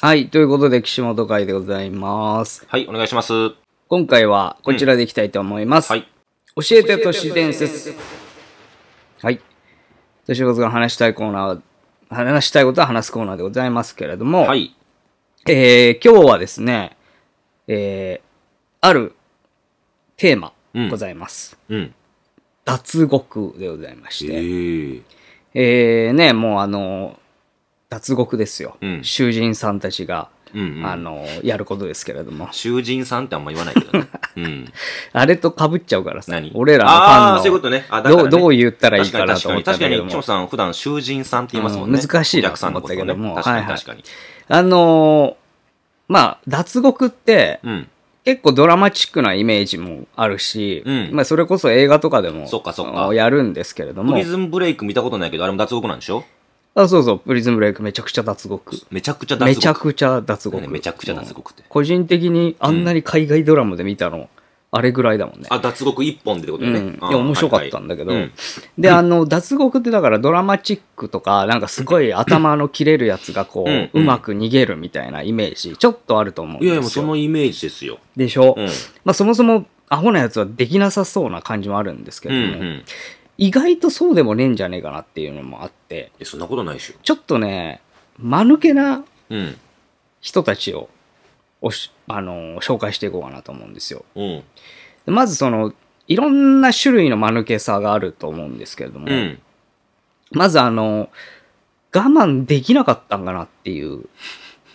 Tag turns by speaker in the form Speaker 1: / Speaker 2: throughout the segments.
Speaker 1: はい。ということで、岸本会でございます。
Speaker 2: はい、お願いします。
Speaker 1: 今回はこちらでいきたいと思います。
Speaker 2: はい。
Speaker 1: 教えて都市伝説。はい。都市伝説が話したいコーナー、話したいことは話すコーナーでございますけれども、
Speaker 2: はい。
Speaker 1: えー今日はですね、えーあるテーマ
Speaker 2: うん
Speaker 1: ございます。
Speaker 2: うん。
Speaker 1: 脱獄でございま
Speaker 2: ええ
Speaker 1: して、えーね、もうあの、脱獄ですよ。
Speaker 2: うん
Speaker 1: 囚人さんたちが、
Speaker 2: うん、うん。
Speaker 1: あの、やることですけれども。
Speaker 2: 囚人さんってあんま言わない けどね。うん。
Speaker 1: あれと被っちゃうからさ
Speaker 2: 何、
Speaker 1: 俺らのファン
Speaker 2: あ
Speaker 1: の
Speaker 2: あー、そういうことね。あ、だからね、
Speaker 1: どうどう言ったらいいかなと思ったん
Speaker 2: 確か
Speaker 1: だけど
Speaker 2: に、確かに、
Speaker 1: も
Speaker 2: チョンさん、普段囚人さんって言いますもん
Speaker 1: う
Speaker 2: ね。
Speaker 1: ん難しいな
Speaker 2: お客さんのことを
Speaker 1: と
Speaker 2: ね。
Speaker 1: 思ったけどもはい
Speaker 2: 確かに、
Speaker 1: はい
Speaker 2: 確かに。
Speaker 1: あのーまあ、脱獄って、
Speaker 2: うん。
Speaker 1: 結構ドラマチックなイメージもあるし、
Speaker 2: うん
Speaker 1: まあ、それこそ映画とかでも、
Speaker 2: そっかそっか
Speaker 1: あのやるんですけれど
Speaker 2: プ
Speaker 1: も
Speaker 2: リ、ズンブレイク見たことないけど、あれも脱獄なんでしょ
Speaker 1: あそうそう、プリズムブレイクめちゃくちゃ脱獄。
Speaker 2: めちゃくちゃ脱獄。
Speaker 1: めちゃくちゃ脱獄。
Speaker 2: 何めちゃくちゃ脱獄って
Speaker 1: うん個人的にあんなに海外ドラマで見たの、あれぐらいだもんね。
Speaker 2: あ、脱獄一本でってことだよね。
Speaker 1: うん、い
Speaker 2: あー
Speaker 1: や面白かったんだけど、
Speaker 2: はいはい
Speaker 1: であの脱獄ってだからドラマチックとかなんかすごい頭の切れるやつがこう、う
Speaker 2: うんうん
Speaker 1: まく逃げるみたいなイメージちょっとあると思うん
Speaker 2: うん
Speaker 1: です
Speaker 2: い
Speaker 1: よ
Speaker 2: やいや、もうそのイメージですよ。
Speaker 1: でしょ、
Speaker 2: うん。
Speaker 1: まあ、そもそもアホなやつはできなさそうな感じもあるんですけ
Speaker 2: う
Speaker 1: ど
Speaker 2: ん
Speaker 1: も、
Speaker 2: うん。
Speaker 1: 意外とそうでもねえんじゃねえかなっていうのもあって
Speaker 2: え、そんなことないでしょ。
Speaker 1: ちょっとね間抜けな
Speaker 2: うん。
Speaker 1: 人たちをおし、あのー紹介していこうかなと思うんですよ
Speaker 2: うん。
Speaker 1: でまずそのいろんな種類の間抜けさがあると思うんですけれども、
Speaker 2: うん。
Speaker 1: まずあの、我慢できなかったんかなっていう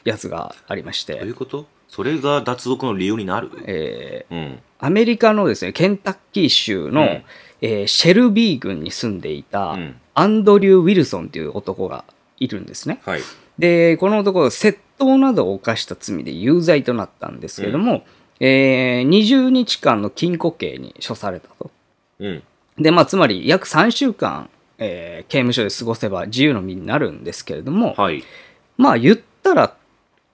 Speaker 1: やつがありまし
Speaker 2: どうい
Speaker 1: て、
Speaker 2: うことそれが脱獄の理由になる
Speaker 1: え
Speaker 2: うん。
Speaker 1: ーアメリカのですね、ケンタッキー州の、
Speaker 2: うん
Speaker 1: えーシェルビー郡に住んでいた、
Speaker 2: うん
Speaker 1: アンドリュー・ウィルソンっていう男がいるんですね。
Speaker 2: はい。
Speaker 1: で、この男、窃盗などを犯した罪で有罪となったんですけども、えー20日間の禁錮刑に処されたと。
Speaker 2: うん。
Speaker 1: で、まあ、つまり約3週間、えー刑務所で過ごせば自由の身になるんですけれども、
Speaker 2: はい。
Speaker 1: まあ言ったら、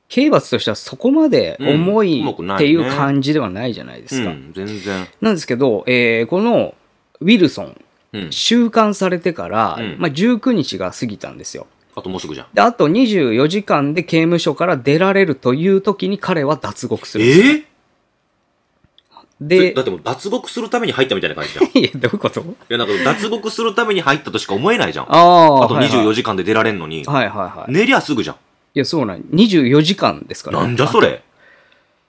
Speaker 1: 刑罰としてはそこまで重い
Speaker 2: うん重くないね
Speaker 1: っていう感じではないじゃないですか。
Speaker 2: うん、全然。
Speaker 1: なんですけど、えーこのウィルソン、
Speaker 2: うん。
Speaker 1: 収監されてから、
Speaker 2: うん
Speaker 1: まあ、19日が過ぎたんですよ。
Speaker 2: あともうすぐじゃん。
Speaker 1: で、あと24時間で刑務所から出られるという時に彼は脱獄す
Speaker 2: え
Speaker 1: る。
Speaker 2: ー
Speaker 1: で、
Speaker 2: だってもう脱獄するために入ったみたいな感じ じゃん。い
Speaker 1: いや、どういうこと
Speaker 2: や、なんか脱獄するために入ったとしか思えないじゃん。あ
Speaker 1: ああ
Speaker 2: と24時間で出られんのに。
Speaker 1: はいはいはいはい。
Speaker 2: 寝りゃすぐじゃん。
Speaker 1: いや、そうなん。24時間ですから、
Speaker 2: なんじゃそれ。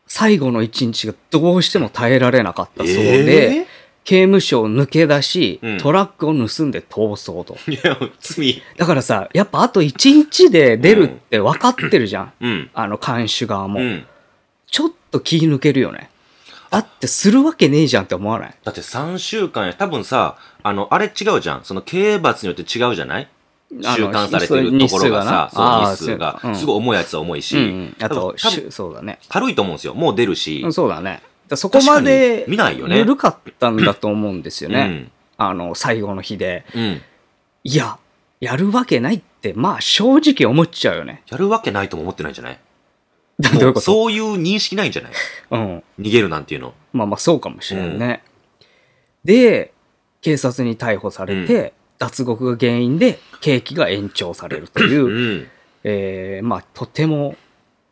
Speaker 1: 最後の1日がどうしても耐えられなかったそうで、
Speaker 2: え
Speaker 1: 刑務所を抜け出し、
Speaker 2: うん
Speaker 1: トラックを盗んで逃走と。
Speaker 2: ーいや、罪。
Speaker 1: だからさ、やっぱあと1日で出るって分かってるじゃん。
Speaker 2: うん。
Speaker 1: あの看守側も、
Speaker 2: うん。
Speaker 1: ちょっと気抜けるよね。あってするわけねえじゃんって思わない
Speaker 2: だって3週間や、多分さ、あの、あれ違うじゃん。その刑罰によって違うじゃない
Speaker 1: あ
Speaker 2: 収
Speaker 1: の
Speaker 2: 監されてるところが
Speaker 1: 日数がな
Speaker 2: さ、そう、日数
Speaker 1: あーそう
Speaker 2: が。
Speaker 1: うん
Speaker 2: すごい重いやつは重いし。
Speaker 1: うんうんあ
Speaker 2: 多
Speaker 1: と
Speaker 2: 分、多
Speaker 1: し
Speaker 2: 分
Speaker 1: ゅそうだね。
Speaker 2: 軽いと思うんですよ。もう出るし
Speaker 1: う。んそうだね。だそこま
Speaker 2: 確
Speaker 1: で
Speaker 2: かに見ないよね
Speaker 1: 緩かったんだと思うんですよね。
Speaker 2: うん
Speaker 1: あの、最後の日で。
Speaker 2: うん。
Speaker 1: いや、やるわけないって、まあ正直思っちゃうよね。
Speaker 2: やるわけないとも思ってないんじゃない
Speaker 1: どういう
Speaker 2: も
Speaker 1: こ
Speaker 2: う
Speaker 1: と
Speaker 2: そういう認識ないんじゃない
Speaker 1: うん。
Speaker 2: 逃げるなんていうの。
Speaker 1: まあまあそうかもしれんね。で、警察に逮捕されて、脱獄が原因で刑期が延長されるというう、
Speaker 2: ん。
Speaker 1: えーまあとても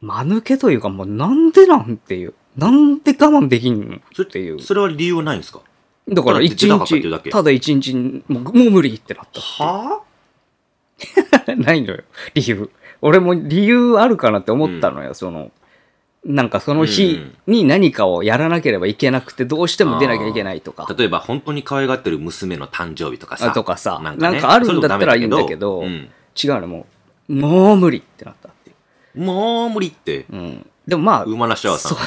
Speaker 1: 間抜けというかもうなんでなんていう、なんで我慢できんの
Speaker 2: それ
Speaker 1: っていう。
Speaker 2: それは理由はないんですか
Speaker 1: だから一
Speaker 2: だって出なかったっていうだ
Speaker 1: 日、
Speaker 2: け
Speaker 1: ただ一日もう、もう無理ってなった
Speaker 2: は
Speaker 1: ないのよ、理由。俺も理由あるかなって思ったのよ、その、なんかその日に何かをやらなければいけなくて、どうしても出なきゃいけないとか。
Speaker 2: 例えば、本当に可愛がってる娘の誕生日とか
Speaker 1: あ
Speaker 2: さ。
Speaker 1: とかさなんか,、
Speaker 2: ね
Speaker 1: あるんだったらいいんだけど、
Speaker 2: そういうのダメだ
Speaker 1: 違うのもうもう無理ってなったってい
Speaker 2: けどうんもう無理って、
Speaker 1: う、うん、でもまあ
Speaker 2: 馬なしあわさ
Speaker 1: そ
Speaker 2: ん。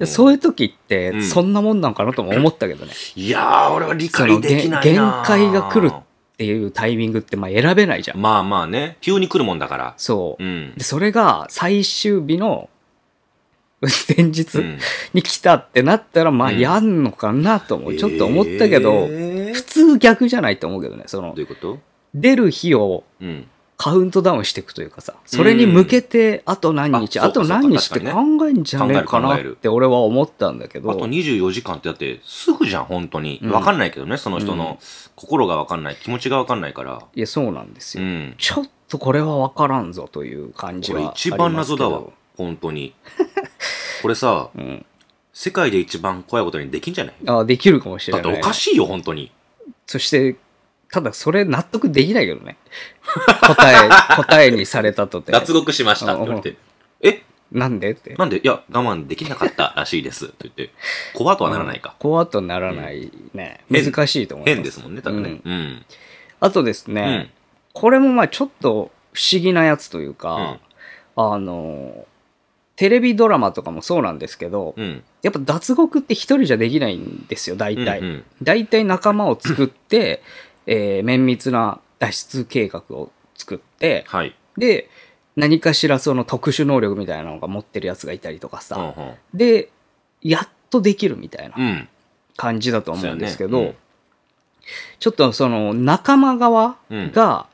Speaker 1: うそういう時って、
Speaker 2: うん
Speaker 1: そんなもんなんかなとも思ったけどね、
Speaker 2: いやー、俺は理解できないな。
Speaker 1: そのげ限界が来るっていうタイミングってまあ選べないじゃん、
Speaker 2: まあまあね。急に来るもんだから。
Speaker 1: そう、
Speaker 2: うん
Speaker 1: で。それが最終日の前日
Speaker 2: うん
Speaker 1: に来たってなったら、まあ
Speaker 2: うん
Speaker 1: やんのかなとも、ちょっと思ったけど、
Speaker 2: えー
Speaker 1: 普通逆じゃないと思うけどねそ
Speaker 2: ど
Speaker 1: の
Speaker 2: ういうこと
Speaker 1: 出る日を
Speaker 2: うん。
Speaker 1: カウントダウンしていくというかさ、それに向けて、あと何日、
Speaker 2: あ
Speaker 1: あと何日って
Speaker 2: そうか
Speaker 1: 考
Speaker 2: そ
Speaker 1: えんじゃねえか
Speaker 2: 考
Speaker 1: な
Speaker 2: える考え
Speaker 1: っ
Speaker 2: る
Speaker 1: て俺は思ったんだけ
Speaker 2: あと
Speaker 1: ど、
Speaker 2: 24時間ってだってすぐじゃん、本当に。
Speaker 1: うん
Speaker 2: わかんないけどね、その人
Speaker 1: うん
Speaker 2: の心がわかんない、気持ちがわかんないから。
Speaker 1: いや、そうなんです
Speaker 2: う
Speaker 1: よ。
Speaker 2: ん。
Speaker 1: ちょっとこれは分からんぞという感じ
Speaker 2: こ
Speaker 1: は
Speaker 2: れ
Speaker 1: あります
Speaker 2: 一
Speaker 1: けど。
Speaker 2: 番謎だわ。本当に。 これさ、
Speaker 1: ん
Speaker 2: 世界で一番怖いことにできんじゃない
Speaker 1: あできるかもし
Speaker 2: だ
Speaker 1: れ
Speaker 2: っ
Speaker 1: な
Speaker 2: て
Speaker 1: い。
Speaker 2: おかしいよ、本当に。
Speaker 1: そして、ただそれ納得できないけどね。 答え、答えにされたとて。
Speaker 2: 脱獄しましたって言われて。え
Speaker 1: なんでって。
Speaker 2: なんでいや、我慢できなかったらしいです。って言って。怖とはならないか。
Speaker 1: 怖とならないね。
Speaker 2: 変
Speaker 1: 難しいと思います。
Speaker 2: 変ですもんね、ただね。うん。
Speaker 1: あとです
Speaker 2: う
Speaker 1: ね
Speaker 2: ん、。
Speaker 1: これもまあちょっと不思議なやつという
Speaker 2: う
Speaker 1: か
Speaker 2: ん、。
Speaker 1: あの、テレビドラマとかもそうなんですけど、
Speaker 2: うん。
Speaker 1: やっぱ脱獄って一人じゃできないんですよ、大体。
Speaker 2: うん
Speaker 1: 大体仲間を作 って、えー綿密な脱出計画を作って、
Speaker 2: はい。
Speaker 1: で、何かしらその特殊能力みたいなのが持ってるやつがいたりとか
Speaker 2: う
Speaker 1: さ、
Speaker 2: んうん
Speaker 1: で、やっとできるみたいな
Speaker 2: うん。
Speaker 1: 感じだと思うんですけど、
Speaker 2: そうやね
Speaker 1: ちょっとその仲間側が、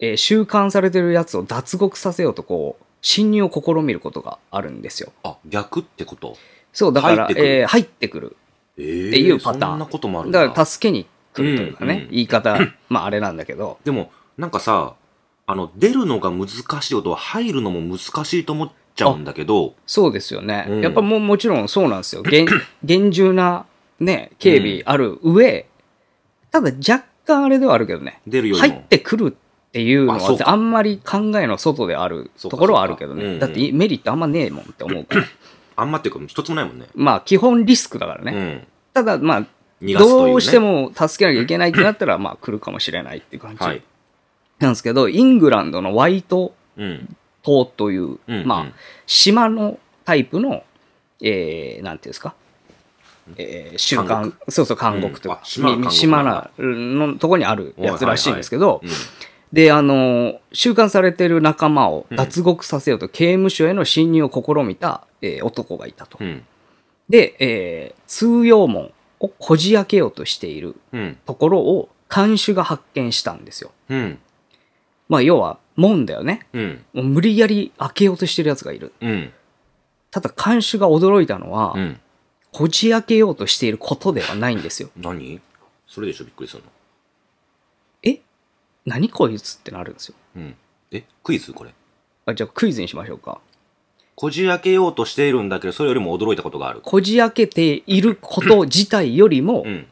Speaker 1: えー収監されてるやつを脱獄させようとこう、侵入を試みることがあるんですよ。
Speaker 2: あ、逆ってこと
Speaker 1: そう、だから、
Speaker 2: 入ってくる
Speaker 1: えー入ってくる。
Speaker 2: えー
Speaker 1: っていうパターン
Speaker 2: そんなこともあるんだ。
Speaker 1: だから助けに来るというかね、
Speaker 2: うんうん
Speaker 1: 言い 方、まああれなんだけど、
Speaker 2: でも、なんかさ、あの、出るのが難しいことは入るのも難しいと思っちゃうんだけど、
Speaker 1: そうですよね。
Speaker 2: うん
Speaker 1: やっぱもうもちろんそうなんですよ。 厳厳重なね、警備ある上、ただ若干あれではあるけどね、
Speaker 2: 出るより
Speaker 1: 入
Speaker 2: も。
Speaker 1: ってくるっていうの
Speaker 2: あそう
Speaker 1: は
Speaker 2: か
Speaker 1: あんまり考えの外であるところはあるけどね。
Speaker 2: そうかそうか
Speaker 1: だってメリットあんまねえもんって思う から。
Speaker 2: あんまっていうか、一つもないもんね。
Speaker 1: まあ基本リスクだからね。ただまあ、
Speaker 2: うん。逃がすという、ね。
Speaker 1: どうして。も助けなきゃいけないってなったら、まあ来るかもしれないっていう感じ
Speaker 2: はい。
Speaker 1: なんですけど、イングランドのワイト
Speaker 2: うん。
Speaker 1: 島という、
Speaker 2: うん。
Speaker 1: まあ、島のタイプの、えー、なんていうんですか、えー、習
Speaker 2: 監
Speaker 1: 慣、そうそう、監獄という
Speaker 2: うん
Speaker 1: か
Speaker 2: あ、島は
Speaker 1: み
Speaker 2: 監獄
Speaker 1: 島なのとこにあるやつらしいんですけど、
Speaker 2: うん
Speaker 1: で、あのー、収監されてる仲間を脱獄させようと、刑務所への侵入を試みた、えー男がいたと。
Speaker 2: うん。
Speaker 1: で、えー通用門をこじ開けようとしている
Speaker 2: うん。
Speaker 1: ところを看守が発見したんですよ。
Speaker 2: うん。
Speaker 1: まあ、要は、門だよね。
Speaker 2: うん。
Speaker 1: もう無理やり開けようとしてるやつがいる。
Speaker 2: うん。
Speaker 1: ただ、看守が驚いたのは、
Speaker 2: うん。
Speaker 1: こじ開けようとしていることではないんですよ。
Speaker 2: 何それでしょ、びっくりするの。
Speaker 1: え何こいつってなるんですよ。
Speaker 2: うん。え、クイズこれ。
Speaker 1: あじゃあクイズにしましょうか。
Speaker 2: こじ開けようとしているんだけど、それよりも驚いたことがある。
Speaker 1: こじ開けていること自体よりも
Speaker 2: う、ん。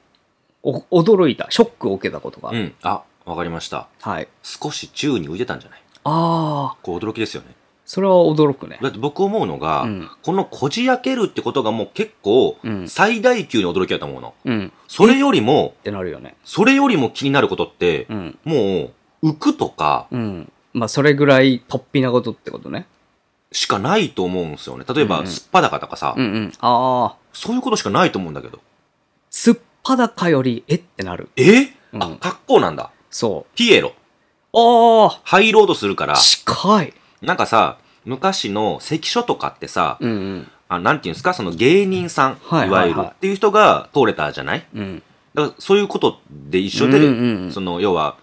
Speaker 1: お驚いた、ショックを受けたことがあ
Speaker 2: う
Speaker 1: る。
Speaker 2: ん。あ、わかりました。
Speaker 1: はい。
Speaker 2: 少し宙に浮いてたんじゃない
Speaker 1: ああ、
Speaker 2: こう驚きですよね。
Speaker 1: それは驚くね。
Speaker 2: だって僕思うのが、
Speaker 1: うん
Speaker 2: このこじ開けるってことがもう結構
Speaker 1: うん
Speaker 2: 最大級の驚きだと思うの。
Speaker 1: うん。
Speaker 2: それよりも
Speaker 1: っ、てなるよね。
Speaker 2: それよりも気になることって、
Speaker 1: うん。
Speaker 2: もう浮くとか
Speaker 1: うん。まあ、それぐらい突飛なことってことね。
Speaker 2: しかないと思うんですよね。例え
Speaker 1: うんう
Speaker 2: ば、
Speaker 1: ん
Speaker 2: すっぱだかとかさ、
Speaker 1: うんうん。ああ、
Speaker 2: そういうことしかないと思うんだけど。
Speaker 1: すっぱだかより、えってなる。
Speaker 2: え、
Speaker 1: うん
Speaker 2: あ、格好なんだ。
Speaker 1: そ
Speaker 2: ピエロ。
Speaker 1: う。あ
Speaker 2: 入ろうとするか
Speaker 1: あ、
Speaker 2: ら、
Speaker 1: 近い。
Speaker 2: なんかさ、昔の関所とかってさ、
Speaker 1: うんうん。
Speaker 2: あなんていうんですか、その芸人さん、
Speaker 1: はい
Speaker 2: いわ
Speaker 1: は
Speaker 2: ゆる
Speaker 1: いはい
Speaker 2: っていう人が通れたじゃない
Speaker 1: うん。
Speaker 2: だからそういうことで一緒で、
Speaker 1: うんうんうん
Speaker 2: その要は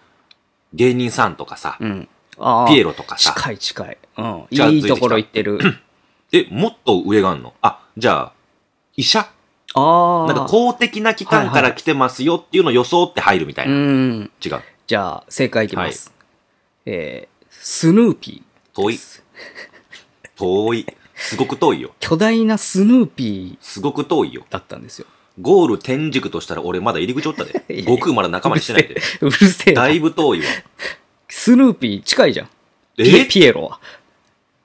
Speaker 2: 芸人さんとかさ、
Speaker 1: うん。ああ、
Speaker 2: ピエロとかさ、
Speaker 1: 近い近い。うん。
Speaker 2: じゃあ
Speaker 1: いいところ行ってる。
Speaker 2: え、もっと上があんのあ、じゃあ、医者
Speaker 1: ああ。
Speaker 2: なんか公的な機関
Speaker 1: は
Speaker 2: か
Speaker 1: いは
Speaker 2: ら来てますよっていうのを装って入るみたいうな。
Speaker 1: ん。
Speaker 2: 違う。
Speaker 1: じゃあ、正解いきます。えー、スヌーピ
Speaker 2: 遠い。遠い。すごく遠いよ。
Speaker 1: ー。巨大なスヌーピ
Speaker 2: すごく遠いよ
Speaker 1: ー。だったんですよ。
Speaker 2: ゴール天軸としたら俺まだ入り口おったで
Speaker 1: いや。いや
Speaker 2: 悟空まだ仲間にしてない で。
Speaker 1: うるせえな
Speaker 2: だいぶ遠いわ。
Speaker 1: スヌーピー近いじゃん。ピ
Speaker 2: え
Speaker 1: ピエロは。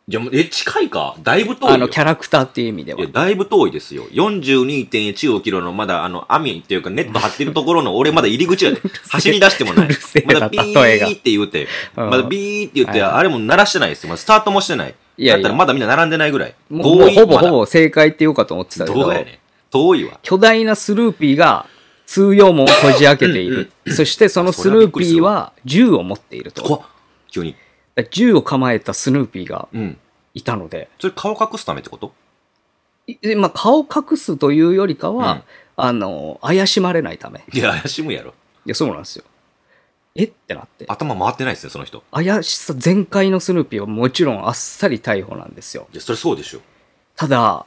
Speaker 2: じゃあえ、近いかだいぶ遠いよ。
Speaker 1: あの、キャラクターっていう意味で
Speaker 2: い
Speaker 1: は
Speaker 2: や、。だいぶ遠いですよ。42.15キロのまだ、あの、網っていうかネット張ってるところの、俺まだ入り口 やで。走り出してもな
Speaker 1: う
Speaker 2: い
Speaker 1: るせ。え
Speaker 2: ま
Speaker 1: な
Speaker 2: だビ
Speaker 1: 例えが
Speaker 2: ーって言うて、
Speaker 1: うん
Speaker 2: まだビーって言って、
Speaker 1: はい
Speaker 2: あれも鳴らしてないですよ。まだスタートもしてない。
Speaker 1: いやいや
Speaker 2: だったらまだみんな並んでないぐらい。
Speaker 1: もうもうほぼほ
Speaker 2: ま
Speaker 1: ぼ正解って言うかと思ってた
Speaker 2: だ
Speaker 1: け
Speaker 2: ど
Speaker 1: ど
Speaker 2: う、やねん。遠いわ。
Speaker 1: 巨大なスヌーピーが通用門をこじ開けている。そしてそのスヌーピーは銃を持っている
Speaker 2: 怖
Speaker 1: と。
Speaker 2: っ。急に。
Speaker 1: 銃を構えたスヌーピーが
Speaker 2: うん。
Speaker 1: いたので、
Speaker 2: それ顔隠すためってこと
Speaker 1: いでまあ、顔隠すというよりかは、
Speaker 2: うん
Speaker 1: あの、怪しまれないため。い
Speaker 2: いや、怪しむやろ。
Speaker 1: や、そうなんですよ。えってなって。
Speaker 2: 頭回ってないですね、その人。
Speaker 1: 怪しさ全開のスヌーピーはもちろんあっさり逮捕なんですよ。
Speaker 2: いや、それそうでしょ。
Speaker 1: ただ、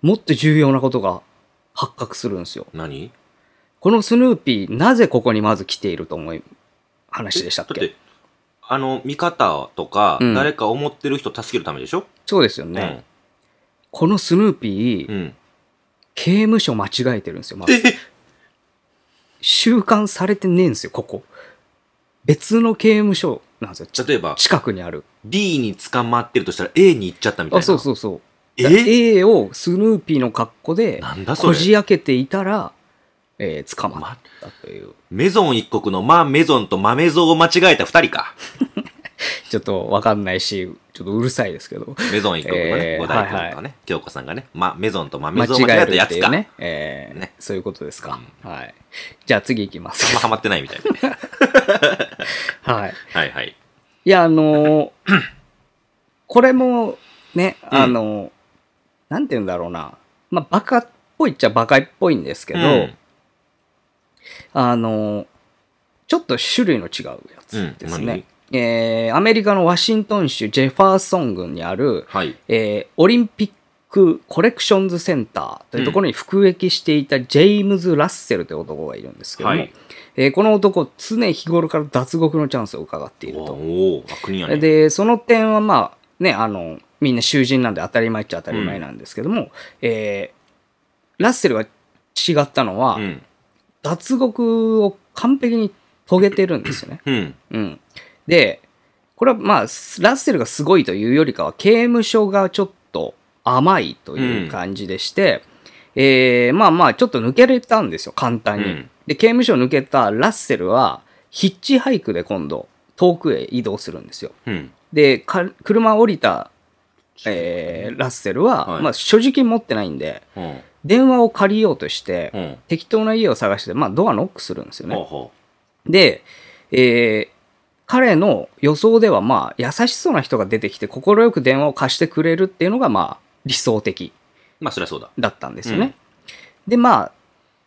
Speaker 1: もっと重要なことが発覚するんですよ。
Speaker 2: 何
Speaker 1: このスヌーピー、なぜここにまず来ていると思い、話でしたっ
Speaker 2: だっ
Speaker 1: け
Speaker 2: て、あの、見方とか、
Speaker 1: うん
Speaker 2: 誰か思ってる人助けるためでしょ
Speaker 1: そうですよね。このスヌーピー、
Speaker 2: うん。うん。
Speaker 1: 刑務所間違えてるんですよ、まず。
Speaker 2: え
Speaker 1: 収監されてねえんですよ、ここ。別の刑務所なんですよ。ち
Speaker 2: 例えば、
Speaker 1: 近くにある。
Speaker 2: B に捕まってるとしたら A に行っちゃったみたいな。
Speaker 1: あ、そうそうそう。だから
Speaker 2: え
Speaker 1: A をスヌーピーの格好で
Speaker 2: なんだそ
Speaker 1: こ
Speaker 2: れ。
Speaker 1: じ開けていたら、えー捕ま
Speaker 2: ま
Speaker 1: ったという。
Speaker 2: メゾン一国のマメゾンとマメゾンを間違えた二人か。
Speaker 1: ちょっとわかんないし、ちょっとうるさいですけど。
Speaker 2: メゾン一国のね、
Speaker 1: えー
Speaker 2: 五大君とかね、
Speaker 1: はい
Speaker 2: 京子さんがね、ま、メゾンとマ
Speaker 1: 間
Speaker 2: メゾンを間違
Speaker 1: 違える
Speaker 2: えたや
Speaker 1: って
Speaker 2: つ
Speaker 1: いう
Speaker 2: か。
Speaker 1: ね。えー
Speaker 2: ね
Speaker 1: そういうことですか。はい。じゃあ次行きま
Speaker 2: あん
Speaker 1: す
Speaker 2: ま。ハマってないみたいな。
Speaker 1: はい。
Speaker 2: はいはい。
Speaker 1: いや、あ のーこれもね、あのーなんて言うんだろうな。まあ、バカっぽいっちゃバカっぽいんですけど、
Speaker 2: うん
Speaker 1: あのーちょっと種類の違うやつです
Speaker 2: うん
Speaker 1: ね。えーアメリカのワシントン州ジェファーソン郡にある、
Speaker 2: はい。
Speaker 1: えーオリンピックコレクションズセンターというところに服役していたジェイムズ・ラッセルという男がいるんですけども、
Speaker 2: はい
Speaker 1: えーこの男、常日頃から脱獄のチャンスを伺っている
Speaker 2: お
Speaker 1: と。
Speaker 2: おー、悪人やね。
Speaker 1: で、その点はまあ、ね、あの、みんな囚人なんで当たり前っちゃ当たり前なんですけども、えーラッセルが違ったのは、
Speaker 2: うん。
Speaker 1: 脱獄を完璧に遂げてるんですよね。
Speaker 2: うん。
Speaker 1: うん。で、これはまあ、ラッセルがすごいというよりかは、刑務所がちょっと甘いという感じでして、えーまあまあ、ちょっと抜けれたんですよ、簡単に。
Speaker 2: うん
Speaker 1: で、刑務所を抜けたラッセルは、ヒッチハイクで今度、遠くへ移動するんですよ。
Speaker 2: うん。
Speaker 1: で、か車を降りた、えーラッセルは、
Speaker 2: はい
Speaker 1: まあ、所持金持ってないんで、
Speaker 2: うん。
Speaker 1: 電話を借りようとして、
Speaker 2: うん。
Speaker 1: 適当な家を探して、まあ、ドアノックするんですよね。
Speaker 2: ほうほ
Speaker 1: で、えー彼の予想では、まあ、優しそうな人が出てきて、快く電話を貸してくれるっていうのが、まあ、理想的
Speaker 2: う。まあ、そりゃそうだ。
Speaker 1: だったんですよね。で、まあ、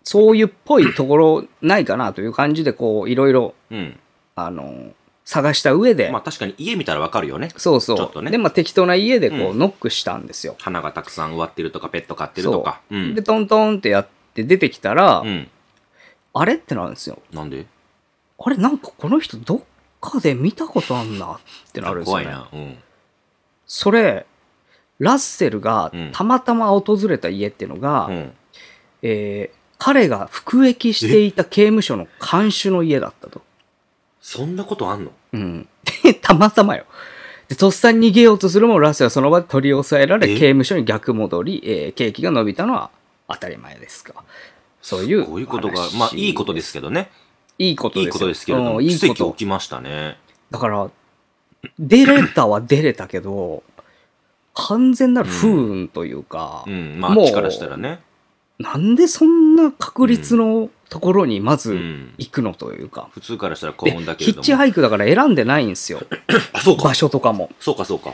Speaker 1: そういうっぽいところないかなという感じで、こう、いろいろ、
Speaker 2: うん。
Speaker 1: あの、探した上で、
Speaker 2: まあ、確かに家見たらわかるよね。
Speaker 1: そうそ
Speaker 2: ちょっと
Speaker 1: う。
Speaker 2: ね
Speaker 1: で、まあ、適当な家で、こう、
Speaker 2: う
Speaker 1: ノックしたんですよ。
Speaker 2: 花がたくさん植わってるとか、ペット飼ってるとか。う
Speaker 1: で、
Speaker 2: ん。
Speaker 1: トントンってやって出てきたら、
Speaker 2: うん。
Speaker 1: あれってなるんですよ。
Speaker 2: なんで
Speaker 1: あれ、なんかこの人、どっかで見たことあんなってなるんですよ、
Speaker 2: 怖
Speaker 1: ね。
Speaker 2: いな。うん。
Speaker 1: それ、ラッセルが
Speaker 2: うん
Speaker 1: たまたま訪れた家っていうのが、
Speaker 2: うん。
Speaker 1: えー彼が服役していた刑務所の看守の家だったと。
Speaker 2: そんなことあんの
Speaker 1: うん。 たまたまよ。で、とっさに逃げようとするも、ラッセルはその場で取り押さえられ、
Speaker 2: え
Speaker 1: 刑務所に逆戻り、えー、刑期が延びたのは当たり前ですか。そういう話。
Speaker 2: こういうことが、まあ、いいことですけどね。
Speaker 1: いいこと
Speaker 2: い
Speaker 1: ですよ。
Speaker 2: いことですけれども、
Speaker 1: うんいい
Speaker 2: 奇
Speaker 1: こ
Speaker 2: 跡
Speaker 1: と
Speaker 2: 起きましたね。
Speaker 1: だから、出れたは出れたけど、完全なる不運というか、
Speaker 2: うん。まあ、あ
Speaker 1: もう
Speaker 2: っちからしたらね。
Speaker 1: なんでそんな確率のところにま
Speaker 2: う
Speaker 1: ず
Speaker 2: ん。
Speaker 1: 行くのというか。
Speaker 2: 普通からしたら幸
Speaker 1: で
Speaker 2: 運だけ
Speaker 1: ヒ
Speaker 2: れ
Speaker 1: ッ
Speaker 2: ど
Speaker 1: チ
Speaker 2: も。
Speaker 1: ハイクだから選んでないんですよ。
Speaker 2: あ、そうか
Speaker 1: 場。所とかも。
Speaker 2: そうか、そうか。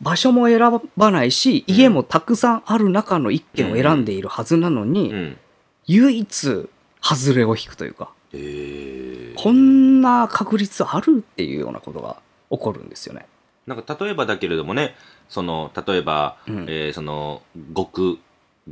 Speaker 1: 場所も選ばないし、
Speaker 2: うん
Speaker 1: 家もたくさんある中の一軒を選んでいるはずなのに、
Speaker 2: うん。
Speaker 1: 唯一、外れを引くというか、
Speaker 2: えー
Speaker 1: こんな確率あるっていうようなことが起こるんですよね。
Speaker 2: なんか例えばだけれどもね、その例えば、
Speaker 1: うん
Speaker 2: えーその極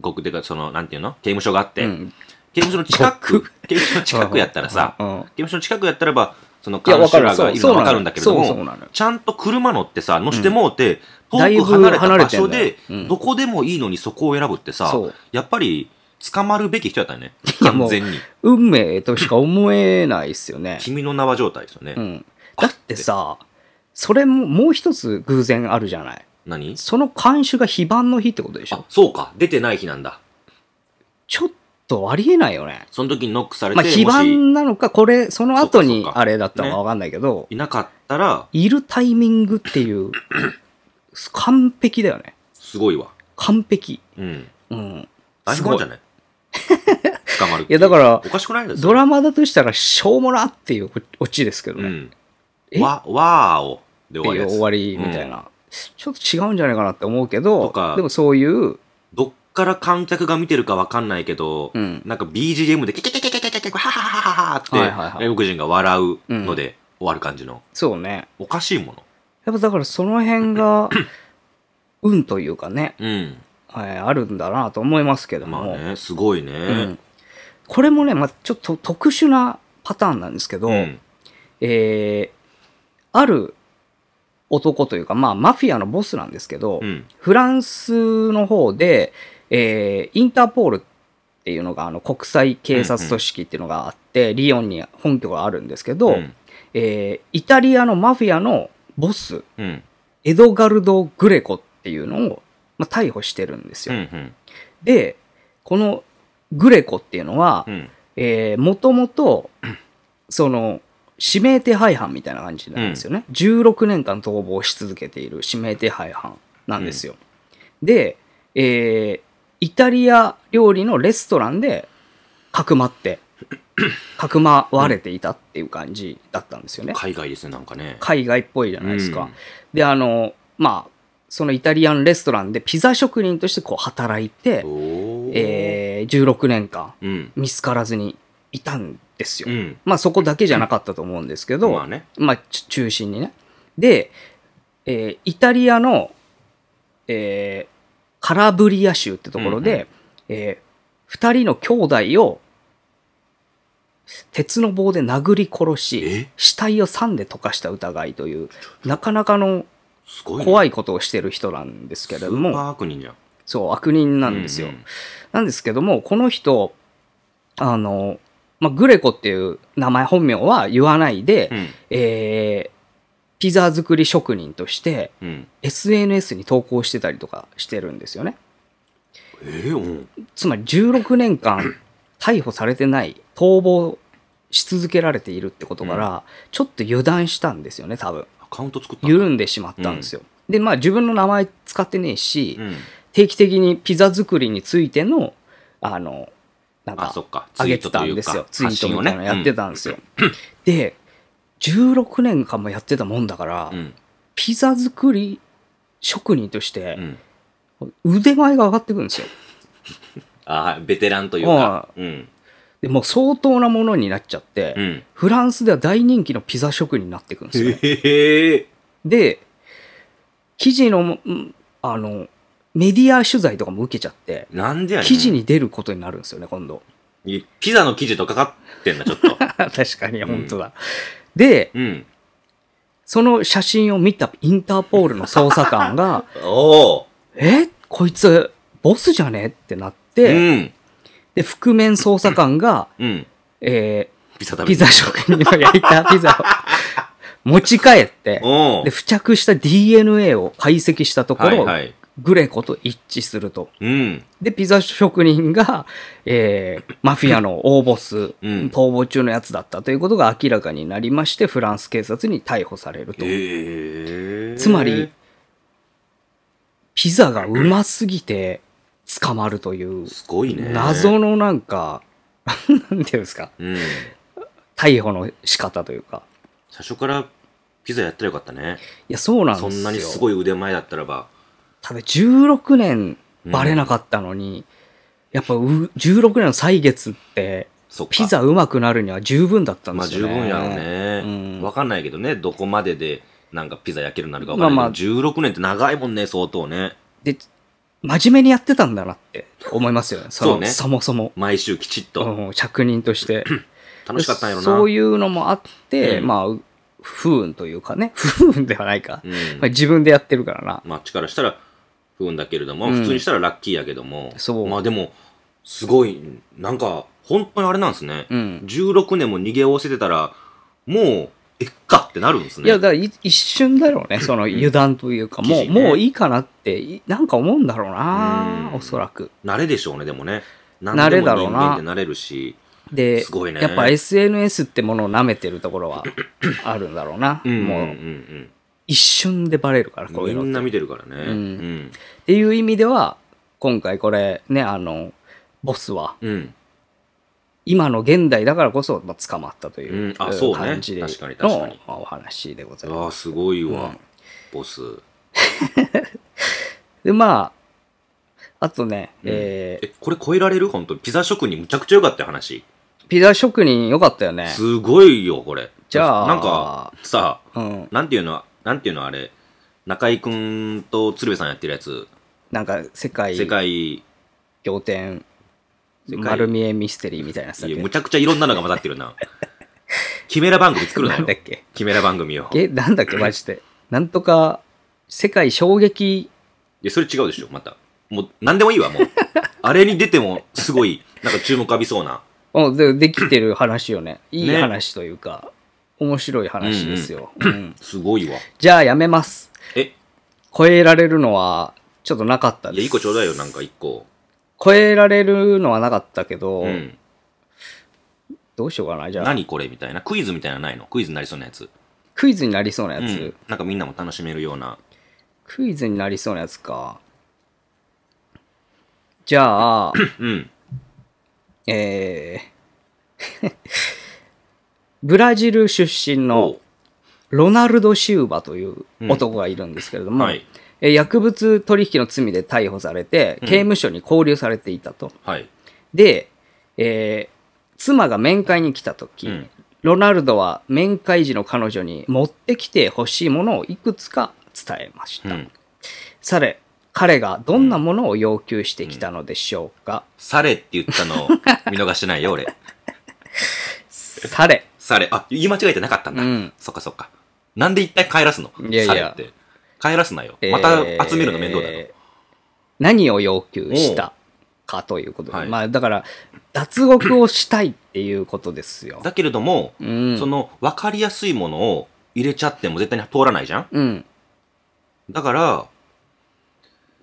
Speaker 2: 極でかそのなんていうの刑務所があって、
Speaker 1: うん
Speaker 2: 刑務所の近く
Speaker 1: 獄
Speaker 2: 刑務所の近くやった らさ、
Speaker 1: うん
Speaker 2: 刑務所の近くやったらばその
Speaker 1: いや、
Speaker 2: 監
Speaker 1: わか
Speaker 2: 視
Speaker 1: る。
Speaker 2: ら
Speaker 1: そ
Speaker 2: が
Speaker 1: う
Speaker 2: いるの
Speaker 1: そう
Speaker 2: わ
Speaker 1: な
Speaker 2: か
Speaker 1: の
Speaker 2: るんだけれど
Speaker 1: そうそう
Speaker 2: も、
Speaker 1: なのよ
Speaker 2: ちゃんと車乗ってさ乗してもうて、
Speaker 1: だい
Speaker 2: 遠
Speaker 1: ぶ
Speaker 2: く離れた
Speaker 1: 離れ
Speaker 2: 場
Speaker 1: てん
Speaker 2: 所
Speaker 1: だよ
Speaker 2: で、
Speaker 1: うん
Speaker 2: どこでもいいのにそこを選ぶってさ
Speaker 1: そう、
Speaker 2: やっぱり捕まるべき人やったよね
Speaker 1: いやも
Speaker 2: 完
Speaker 1: う
Speaker 2: 全に
Speaker 1: 運命としか思えないですよね。
Speaker 2: 君の名は状態ですよね、
Speaker 1: うん、だってさそれももう一つ偶然あるじゃない
Speaker 2: 何
Speaker 1: その看守が非番の日ってことでし
Speaker 2: あ
Speaker 1: ょ
Speaker 2: そうか出てない日なんだ
Speaker 1: ちょっとありえないよね
Speaker 2: その時にノックされて、
Speaker 1: まあ非
Speaker 2: もし
Speaker 1: 番なのかこれその後
Speaker 2: そっかそ
Speaker 1: に
Speaker 2: っか
Speaker 1: あれだったのかわかんないけど、
Speaker 2: いなかったら
Speaker 1: いるタイミングっていう完璧だよね
Speaker 2: すごいわ
Speaker 1: 完璧
Speaker 2: うん。
Speaker 1: うん
Speaker 2: 大
Speaker 1: すご
Speaker 2: 本
Speaker 1: い
Speaker 2: じゃない捕まる。
Speaker 1: いやだか、ら
Speaker 2: おかしくないですか
Speaker 1: ドラマだとしたらしょうもなっていうオチですけど
Speaker 2: う
Speaker 1: ね、
Speaker 2: ん。
Speaker 1: え
Speaker 2: わ、わーを。で
Speaker 1: って
Speaker 2: 終わ
Speaker 1: いう
Speaker 2: りです。
Speaker 1: 終わりみたいな、ちょっと違うんじゃないかなって思うけ
Speaker 2: と
Speaker 1: ど
Speaker 2: か
Speaker 1: でもそういう
Speaker 2: どっから観客が見てるかわかんないけど、
Speaker 1: うん
Speaker 2: なんか BGM で、ケケケケケケケケケ、はははははって、
Speaker 1: はいはいはい
Speaker 2: 外国人が笑うので終わる感じの。
Speaker 1: そうね
Speaker 2: おかしいもの。
Speaker 1: やっぱだからその辺 が、運というかね、
Speaker 2: うん。
Speaker 1: えーあるんだなと思いますけど
Speaker 2: まあ
Speaker 1: も、
Speaker 2: ね、すごいね。
Speaker 1: うんこれもね、まあ、ちょっと特殊なパターンなんですけど、
Speaker 2: うん。
Speaker 1: えーある男というか、まあ、マフィアのボスなんですけど、
Speaker 2: うん。
Speaker 1: フランスの方で、えーインターポールっていうのが、あの、国際警察組織っていうのがあって、リヨンに本拠があるんですけど、
Speaker 2: うん。
Speaker 1: えーイタリアのマフィアのボス、
Speaker 2: うん。
Speaker 1: エドガルド・グレコっていうのを、まあ、逮捕してるんです
Speaker 2: う
Speaker 1: よ。
Speaker 2: ん。
Speaker 1: で、このグレコっていうのは
Speaker 2: う、ん。
Speaker 1: えー、もともと、その、指名手配犯みたいな感じなんですよね。16年間逃亡し続けている指名手配犯なんですよ。で、えーイタリア料理のレストランで、かくまって、かくまわれていたっていう感じだったんですよね。
Speaker 2: 海外ですね、なんかね。
Speaker 1: 海外っぽいじゃないですか。
Speaker 2: うん
Speaker 1: で、あの、まあ、そのイタリアンレストランでピザ職人としてこう働いて、
Speaker 2: おー
Speaker 1: えー16年間
Speaker 2: うん。
Speaker 1: 見つからずにいたんですよ。
Speaker 2: うん。
Speaker 1: まあそこだけじゃなかったと思うんですけど、
Speaker 2: まあね。
Speaker 1: まあち中心にね。で、えーイタリアの、えーカラブリア州ってところで、
Speaker 2: うんう
Speaker 1: え2人の兄弟を鉄の棒で殴り殺し
Speaker 2: え、
Speaker 1: 死体を酸で溶かした疑いという、なかなかの
Speaker 2: すごいね。
Speaker 1: 怖いことをしてる人なんですけれど
Speaker 2: スー
Speaker 1: も、
Speaker 2: パー悪人じゃん。
Speaker 1: そう、悪人なんですよ。
Speaker 2: う
Speaker 1: なんですけども、この人、あの、まあ、グレコっていう名前、本名は言わないで、
Speaker 2: うん。
Speaker 1: えーピザ作り職人として、
Speaker 2: うんうん。
Speaker 1: SNS に投稿してたりとかしてるんですよね。
Speaker 2: えーうん。
Speaker 1: つまり16年 間、逮捕されてない、逃亡し続けられているってことから、ちょっと油断したんですよね、多分。
Speaker 2: アカウント作ったの
Speaker 1: 緩んでしまったんですよ。で、まあ自分の名前使ってねえし、
Speaker 2: うん。
Speaker 1: 定期的にピザ作りについての、あの、なん
Speaker 2: あ、
Speaker 1: か
Speaker 2: そ、っか。
Speaker 1: 上げてたんですよ。ツイートみたいなのやって
Speaker 2: た。
Speaker 1: たんですよ。で、16年間もやってたもんだから、
Speaker 2: うん。
Speaker 1: ピザ作り職人とし
Speaker 2: う
Speaker 1: て
Speaker 2: ん。
Speaker 1: 腕前が上がってくるんですよ。
Speaker 2: ああ、ベテランというか。うん。
Speaker 1: でもう相当なものになっちゃって、
Speaker 2: うん。
Speaker 1: フランスでは大人気のピザ職人になってくるんですよね。
Speaker 2: へえ。
Speaker 1: で、記事の、んあの、メディア取材とかも受けちゃって、
Speaker 2: なんでやねん。
Speaker 1: 記事に出ることになるんですよね、今度。
Speaker 2: いピザの生地とかかってんだ、ちょっと。
Speaker 1: 確かに、
Speaker 2: うん
Speaker 1: 本当だ。で、
Speaker 2: うん。
Speaker 1: その写真を見たインターポールの捜査官が、
Speaker 2: おお。
Speaker 1: えこいつ、ボスじゃねってなっ
Speaker 2: う
Speaker 1: て、
Speaker 2: ん。
Speaker 1: で、覆面捜査官が、
Speaker 2: うん。
Speaker 1: え
Speaker 2: ピザ食べ
Speaker 1: ー
Speaker 2: て
Speaker 1: ピザ職人の焼いたピザを持ち帰って、
Speaker 2: おお
Speaker 1: で、。付着した DNA を解析したとこ
Speaker 2: はい
Speaker 1: ろ、
Speaker 2: はい。
Speaker 1: グレコと一致すると。
Speaker 2: うん。
Speaker 1: で、ピザ職人が、えーマフィアの大ボス、
Speaker 2: うん
Speaker 1: 逃亡中のやつだったということが明らかになりまして、フランス警察に逮捕されると。
Speaker 2: へえ。
Speaker 1: つまり、ピザがうますぎて捕まるという、
Speaker 2: すごいね。
Speaker 1: 謎のなんか、 なんていうんですか、
Speaker 2: うん。
Speaker 1: 逮捕の仕方というか。
Speaker 2: 最初からピザやったらよかったね。
Speaker 1: いや、そうなんですよ。
Speaker 2: そんなにすご
Speaker 1: い。
Speaker 2: い腕前だったらば。
Speaker 1: ただ16年バレなかったのに、やっぱう16年の歳月って、
Speaker 2: そっか。
Speaker 1: ピザうまくなるには十分だったん
Speaker 2: ま
Speaker 1: で
Speaker 2: あ
Speaker 1: す
Speaker 2: 十
Speaker 1: よね。
Speaker 2: 分やろう
Speaker 1: う
Speaker 2: ね。
Speaker 1: ん
Speaker 2: わかんないけどね、どこまででなんかピザ焼けるなるかわかん
Speaker 1: ま
Speaker 2: な
Speaker 1: あ
Speaker 2: い
Speaker 1: まあ
Speaker 2: けど、16年って長いもんね、相当ね。
Speaker 1: で、真面目にやってたんだなって思います よね。その
Speaker 2: そうね
Speaker 1: そもそも。
Speaker 2: 毎週きちっと。
Speaker 1: うん、着任として。
Speaker 2: 楽しかったんやろな。
Speaker 1: そう
Speaker 2: い
Speaker 1: いうのもあって、
Speaker 2: うん
Speaker 1: まあ、不運というかね。 不運ではないか。
Speaker 2: うん
Speaker 1: まあ、自分でやってるからな。
Speaker 2: マッチからしたら不運だけれども、
Speaker 1: うん
Speaker 2: 普通にしたらラッキーやけども、
Speaker 1: そう
Speaker 2: まあでも、すごい、なんか、本当にあれなんですね。
Speaker 1: うん。
Speaker 2: 16年も逃げおおせてたら、もう、えっかってなるんですね。
Speaker 1: いや、だからい一瞬だろうね。その油断というか、
Speaker 2: 記
Speaker 1: もう、
Speaker 2: 事ね
Speaker 1: もういいかなって、いなんか思うんだろうな、
Speaker 2: うん
Speaker 1: おそらく。
Speaker 2: 慣れでしょうね、でもね。
Speaker 1: 慣れだろうな
Speaker 2: 何でも人間って慣れるし。
Speaker 1: で、
Speaker 2: すごいね
Speaker 1: やっぱ SNS ってものを舐めてるところは あるんだろうな。
Speaker 2: もう、
Speaker 1: も
Speaker 2: んう
Speaker 1: うん一瞬でバレるから、こう
Speaker 2: う
Speaker 1: い
Speaker 2: ん、
Speaker 1: うの
Speaker 2: み
Speaker 1: っ
Speaker 2: ん
Speaker 1: て。
Speaker 2: な見てるからね。
Speaker 1: うんっていう意味では、今回これね、あの、ボスは、
Speaker 2: うん。うん。
Speaker 1: 今の現代だからこそ、まあ、捕まったというう,、
Speaker 2: んあそうね
Speaker 1: 感じでの
Speaker 2: 確かに確かに
Speaker 1: まあお話でございます。
Speaker 2: ああ、すごいわ、
Speaker 1: うん
Speaker 2: ボス。
Speaker 1: で、まあ、あとね、え
Speaker 2: え、これ超えられる本当ピザ職人むちゃくちゃ良かったよ話。
Speaker 1: ーピザ職人よかったよね。
Speaker 2: すごいよ、これ。
Speaker 1: じゃあ
Speaker 2: なんか、さ、
Speaker 1: うん。
Speaker 2: なんていうの、なんていうのあれ、中井くんと鶴瓶さんやってるやつ、
Speaker 1: なんか、世界
Speaker 2: 世界、い
Speaker 1: 仰天、
Speaker 2: 世界
Speaker 1: 丸見えミステリーみたいなやつだっ
Speaker 2: や
Speaker 1: け
Speaker 2: むちゃくちゃいろんなのが混ざってるな。キメラ番組作るな
Speaker 1: なん
Speaker 2: よ
Speaker 1: だ。っけ
Speaker 2: キメラ番組を。い
Speaker 1: え、なんだっけ、マジで。なんとか、世界衝撃、
Speaker 2: や、それ違うでしょ、また。もう、なんでもい いわ、もう。あれに出ても、すごい、なんか注目浴びそうな。
Speaker 1: おでできてる話よね。いい
Speaker 2: ね
Speaker 1: 話というか、面白い話ですよ。うん
Speaker 2: すごいわ。
Speaker 1: じゃあやめます。
Speaker 2: え、
Speaker 1: 超えられるのは、ちょっとなかった
Speaker 2: い
Speaker 1: で
Speaker 2: や、
Speaker 1: す。
Speaker 2: 一個ちょうだいよ、なんか一個。
Speaker 1: 超えられるのはなかったけど、
Speaker 2: うん。
Speaker 1: どうしようかな。じゃあ、
Speaker 2: 何これみたいな。クイズみたいなのないのクイズになりそうなやつ。
Speaker 1: クイズになりそうな
Speaker 2: う
Speaker 1: やつ。
Speaker 2: ん。なんかみんなも楽しめるような。
Speaker 1: クイズになりそうなやつか。じゃあ、
Speaker 2: うん。
Speaker 1: えー、 ブラジル出身の
Speaker 2: お
Speaker 1: ロナルド・シウバという男がいるんですけれども、
Speaker 2: はい。
Speaker 1: えー薬物取引の罪で逮捕されて、刑務所に拘留されていたと。
Speaker 2: はい。
Speaker 1: で、えー妻が面会に来た時、
Speaker 2: うん
Speaker 1: ロナルドは面会時の彼女に持ってきてほしいものをいくつか伝えまし
Speaker 2: う
Speaker 1: た。
Speaker 2: ん。
Speaker 1: され、彼がどんなものを要求してきたのでしょうか。
Speaker 2: されって言ったの、見逃してないよ、俺。
Speaker 1: され、
Speaker 2: され。あ、言い間違えてなかったんだ。
Speaker 1: うん
Speaker 2: そっかそっか。なんで一体帰らすの
Speaker 1: いやいや
Speaker 2: されって。帰らすなよ。ま
Speaker 1: えー
Speaker 2: た集めるの面倒だと。
Speaker 1: 何を要求したかということで、
Speaker 2: おうはい
Speaker 1: まあだから、脱獄をしたいっていうことですよ。
Speaker 2: だけれども、
Speaker 1: うん。
Speaker 2: その、わかりやすいものを入れちゃっても絶対に通らないじゃん
Speaker 1: うん。
Speaker 2: だから、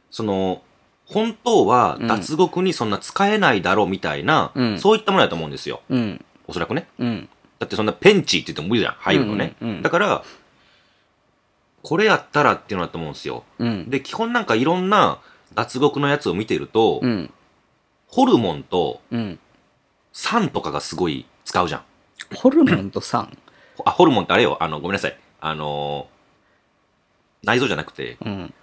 Speaker 2: その、本当は脱獄にそんな使えないだろうみたいな、
Speaker 1: うん
Speaker 2: そういったものだと思うんですよ。
Speaker 1: うん。
Speaker 2: おそらくね。
Speaker 1: うん。
Speaker 2: だってそんなペンチって言っても無理じゃん、入るのね。
Speaker 1: うんうんうん
Speaker 2: だから、これやったらっていうのだと思うんですよ。
Speaker 1: うん。
Speaker 2: で、基本なんかいろんな脱獄のやつを見てると、
Speaker 1: うん。
Speaker 2: ホルモンと
Speaker 1: うん。
Speaker 2: 酸とかがすごい使うじゃん。
Speaker 1: ホルモンと酸。
Speaker 2: ほあ、ホルモンってあれよ、あの、ごめんなさい。あのー内臓じゃなくて、
Speaker 1: うん。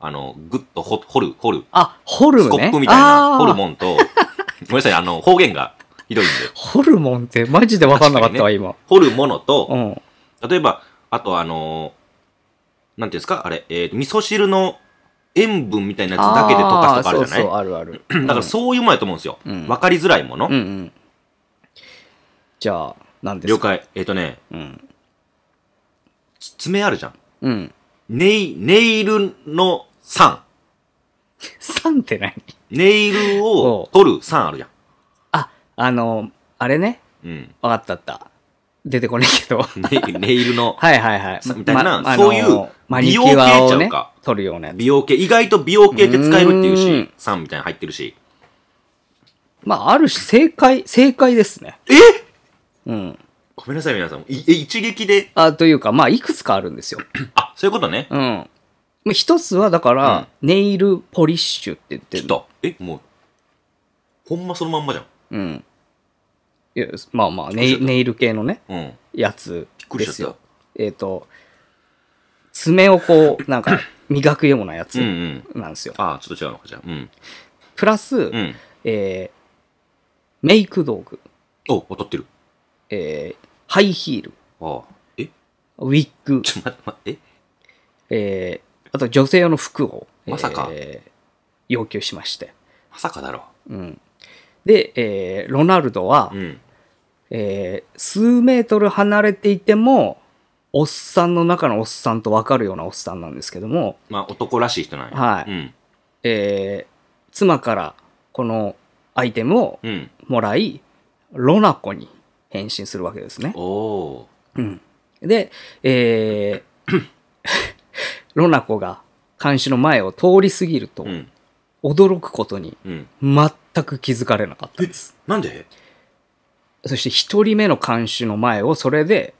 Speaker 2: あの、ぐっとほ掘る、掘る、
Speaker 1: あ、ホルム
Speaker 2: ス
Speaker 1: ね。
Speaker 2: コップみたいな、ホル
Speaker 1: ン。
Speaker 2: モンと、ごめんなさい、あの、方言がひどいんで、
Speaker 1: ホルモンってマジで分かんなかったわ、今。
Speaker 2: 掘るもの
Speaker 1: う
Speaker 2: と、
Speaker 1: ん。
Speaker 2: 例えば、あとあのーなんていうんですか、あれ、えーと、味噌汁の塩分みたいなやつだけで溶かすとかあるじゃない
Speaker 1: あーそうそう、あるある。
Speaker 2: だからそういうものやと思うんですよ。
Speaker 1: うん
Speaker 2: わかりづらいもの。
Speaker 1: うんうん。じゃあ、何です
Speaker 2: 了
Speaker 1: か
Speaker 2: 解。えっ、とね、
Speaker 1: うん。
Speaker 2: つ爪あるじゃん。
Speaker 1: うん。
Speaker 2: ネイ、ネイルの酸。
Speaker 1: 酸って何
Speaker 2: ネイル
Speaker 1: おう
Speaker 2: を取る酸あるじゃん。
Speaker 1: あ、あの、あれね。
Speaker 2: うん。
Speaker 1: 分かったあった。出てこないけど。
Speaker 2: ネネイルの
Speaker 1: はいはいはい。
Speaker 2: さみたいな
Speaker 1: まあ
Speaker 2: そういう
Speaker 1: のマニキュアを
Speaker 2: 美容系ちゃ
Speaker 1: ね
Speaker 2: うか、
Speaker 1: 取るようなやつ。
Speaker 2: 美容系、意外と美容系って使えるっていう
Speaker 1: う
Speaker 2: し
Speaker 1: ん、
Speaker 2: 酸みたいなの入ってるし。
Speaker 1: まあ、ある種正解、正解ですね。
Speaker 2: え
Speaker 1: うん。
Speaker 2: ごめんなさい、皆さん。いえ一撃で、
Speaker 1: あ、というか、まあ、いくつかあるんですよ。
Speaker 2: あ、そういうことね。
Speaker 1: うん。まあ一つは、だから、ネイルポリッシュって言って
Speaker 2: 来た。え、もう、ほんまそのまんまじゃん。
Speaker 1: うん。いや、まあまあ、ネイネイル系のね、
Speaker 2: うん。
Speaker 1: やつ
Speaker 2: く
Speaker 1: で
Speaker 2: りし
Speaker 1: す
Speaker 2: ちゃっ
Speaker 1: よ。えっ、と、爪をこ う、なんか、磨くようなやつ
Speaker 2: うんうん。
Speaker 1: なんですよ。
Speaker 2: ああ、ちょっと違うのか、じゃあ。うん。
Speaker 1: プラス、
Speaker 2: うん。
Speaker 1: えーメイク道具、
Speaker 2: お、当たってる。
Speaker 1: えーハイヒール、
Speaker 2: ああ。え
Speaker 1: ウィッグ、
Speaker 2: ちょ、 待って、待って。
Speaker 1: え
Speaker 2: え
Speaker 1: ーあと女性用の服を、
Speaker 2: まさか
Speaker 1: えー要求しまして。
Speaker 2: まさかだろ。
Speaker 1: うん、で、えーロナルドは、
Speaker 2: うん。
Speaker 1: えー数メートル離れていても、おっさんの中のおっさんと分かるようなおっさんなんですけども、
Speaker 2: まあ、男らしい人なんや。
Speaker 1: はい
Speaker 2: うん。
Speaker 1: えー妻からこのアイテムを
Speaker 2: うん。
Speaker 1: もらい、ロナコに変身するわけですね。
Speaker 2: おお
Speaker 1: うん、で、えー ロナコが監視の前を通り過ぎると、
Speaker 2: ー。うん。
Speaker 1: 驚くことに
Speaker 2: うん。
Speaker 1: 全く気づかれなかったんです。
Speaker 2: なんで
Speaker 1: そして一人目の看守の前をそれで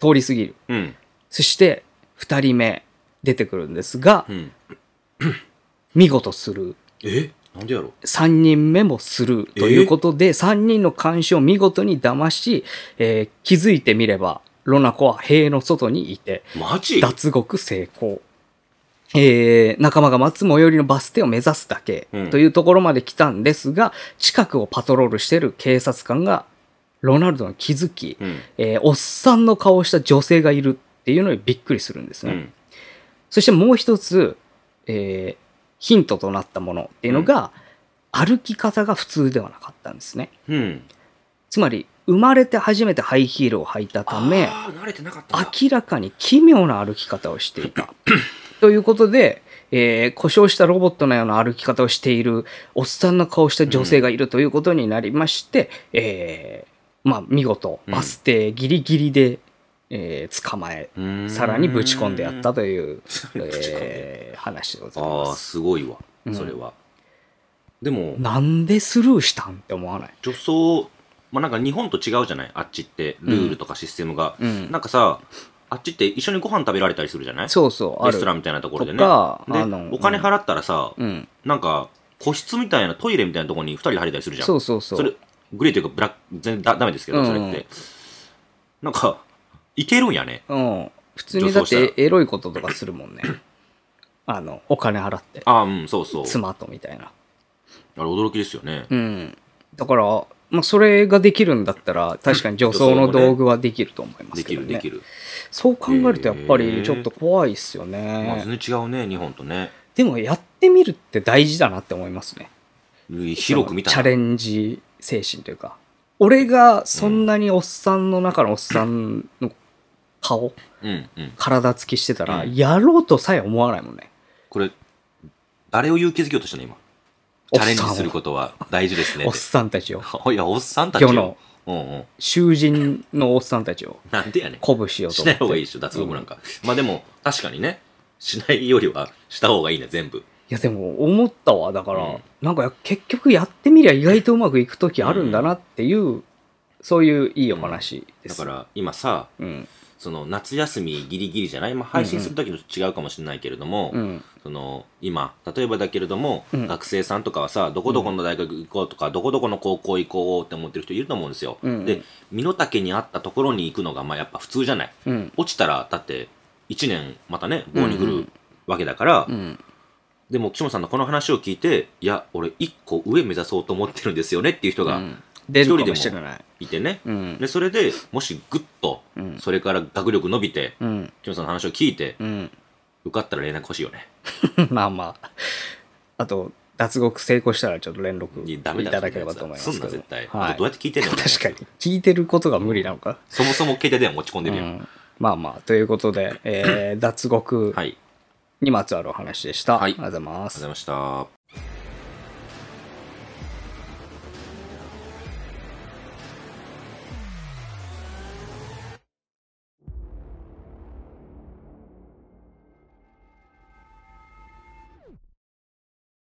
Speaker 1: 通り過ぎる。
Speaker 2: うん。
Speaker 1: そして二人目出てくるんですが
Speaker 2: う、ん。
Speaker 1: 見事する。
Speaker 2: えなんでやろう
Speaker 1: 三人目もするということで、三人の監視を見事に騙し、えー気づいてみれば、ロナコは塀の外にいて、
Speaker 2: マジ
Speaker 1: 脱獄成功。えー仲間が待つ最寄りのバス停を目指すだけ
Speaker 2: うん
Speaker 1: というところまで来たんですが、近くをパトロールしてる警察官が、ロナルドに気づき、
Speaker 2: うん。
Speaker 1: えーおっさんの顔をした女性がいるっていうのにびっくりするんです
Speaker 2: う
Speaker 1: ね。
Speaker 2: ん。
Speaker 1: そしてもう一つ、えーヒントとなったものっていうのが、歩き方が普通ではなかったんですね。
Speaker 2: うん。
Speaker 1: つまり、生まれて初めてハイヒールを履いたため、
Speaker 2: あー慣れてなかったんだ
Speaker 1: 明らかに奇妙な歩き方をしてい た。ということで、えー故障したロボットのような歩き方をしている、おっさんの顔をした女性がいるということになりまして、えーまあ、見事、
Speaker 2: うん
Speaker 1: バス停ギリギリで、えー捕まえ、
Speaker 2: うーん
Speaker 1: さらにぶち込んでやったという、
Speaker 2: さらにぶち込んで
Speaker 1: えー話でござい
Speaker 2: あ
Speaker 1: ま
Speaker 2: あ
Speaker 1: す。
Speaker 2: すごいわ
Speaker 1: うん
Speaker 2: それは、でも
Speaker 1: なんでスルーしたんって思わない
Speaker 2: 女装まあなんか日本と違うじゃないあっちってルールとかシステムが、
Speaker 1: うん。
Speaker 2: なんかさあっちって一緒にご飯食べられたりするじゃない
Speaker 1: そうそう、あ
Speaker 2: レ
Speaker 1: る
Speaker 2: ストランみたいなところでね
Speaker 1: とか
Speaker 2: で
Speaker 1: あの
Speaker 2: お金払ったらさ、
Speaker 1: うん。
Speaker 2: なんか個室みたいなトイレみたいなところに2人で入れたりするじゃん
Speaker 1: そうそうそう。
Speaker 2: それグレーというかブラック全然だダメですけど、
Speaker 1: うん
Speaker 2: それってなんか いけるんやね
Speaker 1: うん。普通にだっ
Speaker 2: 女装して
Speaker 1: エロいこととかするも んね。あの、お金払って、
Speaker 2: ああうんそうそうあ
Speaker 1: 妻とみたいな。
Speaker 2: れ驚きですよね、
Speaker 1: うん。だから、まあ、それができるんだったら、確かに女装の道具はできると思いま
Speaker 2: ですき
Speaker 1: けど
Speaker 2: る
Speaker 1: ね。
Speaker 2: できる、
Speaker 1: そう考えると、やっぱりちょっと怖いっすよ
Speaker 2: まあ、
Speaker 1: ね。
Speaker 2: 全然違うね日本とね
Speaker 1: でも、やってみるって大事だなって思いますね。
Speaker 2: 広く見た
Speaker 1: チャレンジ精神というか。俺がそんなにおっさんの中のおっさんの顔、
Speaker 2: うんうん
Speaker 1: 体つきしてたら、
Speaker 2: うん
Speaker 1: やろうとさえ思わないもんね。
Speaker 2: これ誰を勇気づけようとしたの今
Speaker 1: お
Speaker 2: チ
Speaker 1: っさ
Speaker 2: ャ
Speaker 1: ん
Speaker 2: レ
Speaker 1: を
Speaker 2: ンジすることは大事ですね
Speaker 1: おっさんたちを。
Speaker 2: いやおっさんたちよ
Speaker 1: 世の
Speaker 2: うんうん
Speaker 1: 囚人のおっさんたちを
Speaker 2: なんでやねん
Speaker 1: 鼓舞しようと
Speaker 2: し
Speaker 1: 思
Speaker 2: な
Speaker 1: っ
Speaker 2: い
Speaker 1: て。
Speaker 2: 方がいいでしょ脱獄なんか、まあでも確かにねしないよりはした方がいいね全部
Speaker 1: いやでも思ったわだから、
Speaker 2: うん
Speaker 1: なんか結局やってみりゃ意外とうまくいく時あるんだなっていう、そういういいお話で
Speaker 2: だ
Speaker 1: す。
Speaker 2: から今さ
Speaker 1: うん
Speaker 2: その夏休みギリギリじゃない、まあ、配信する時と違うかもしれないけれども、
Speaker 1: うん
Speaker 2: その今例えばだけれども、
Speaker 1: うん
Speaker 2: 学生さんとかはさどこどこの大学行こうとか、どこどこの高校行こうって思ってる人いると思うんですよ、
Speaker 1: うんうん
Speaker 2: で身の丈に合ったところに行くのがまあやっぱ普通じゃない
Speaker 1: うん
Speaker 2: 落ちたらだって1年またね棒に振
Speaker 1: うんう
Speaker 2: る
Speaker 1: ん
Speaker 2: わけだから、
Speaker 1: うん
Speaker 2: でも岸本さんのこの話を聞いていや俺1個上目指そうと思ってるんですよねっていう人
Speaker 1: う
Speaker 2: が
Speaker 1: ん出るかもしれない。
Speaker 2: いてね、
Speaker 1: うん
Speaker 2: でそれでもしグッと
Speaker 1: うん
Speaker 2: それから学力伸びて
Speaker 1: うん
Speaker 2: 岸本さんの話を聞いて
Speaker 1: うん
Speaker 2: 受かったら連絡欲しいよね
Speaker 1: まあまああと脱獄成功したらちょっと連絡
Speaker 2: い
Speaker 1: い
Speaker 2: やダメだ
Speaker 1: ただければと思います
Speaker 2: そんな
Speaker 1: け
Speaker 2: やつ
Speaker 1: ど
Speaker 2: はすんな絶対、
Speaker 1: はい、
Speaker 2: どうやって聞いてんの
Speaker 1: 確かに聞いてることが無理なのか。
Speaker 2: そもそも携帯電話持ち込んでるやん、
Speaker 1: うんまあまあということで、えー脱獄
Speaker 2: はいあ
Speaker 1: に
Speaker 2: りがとう
Speaker 1: まつわるお話でした。
Speaker 2: はい
Speaker 1: ありがとうございま
Speaker 2: ご
Speaker 1: す
Speaker 2: ざい。ました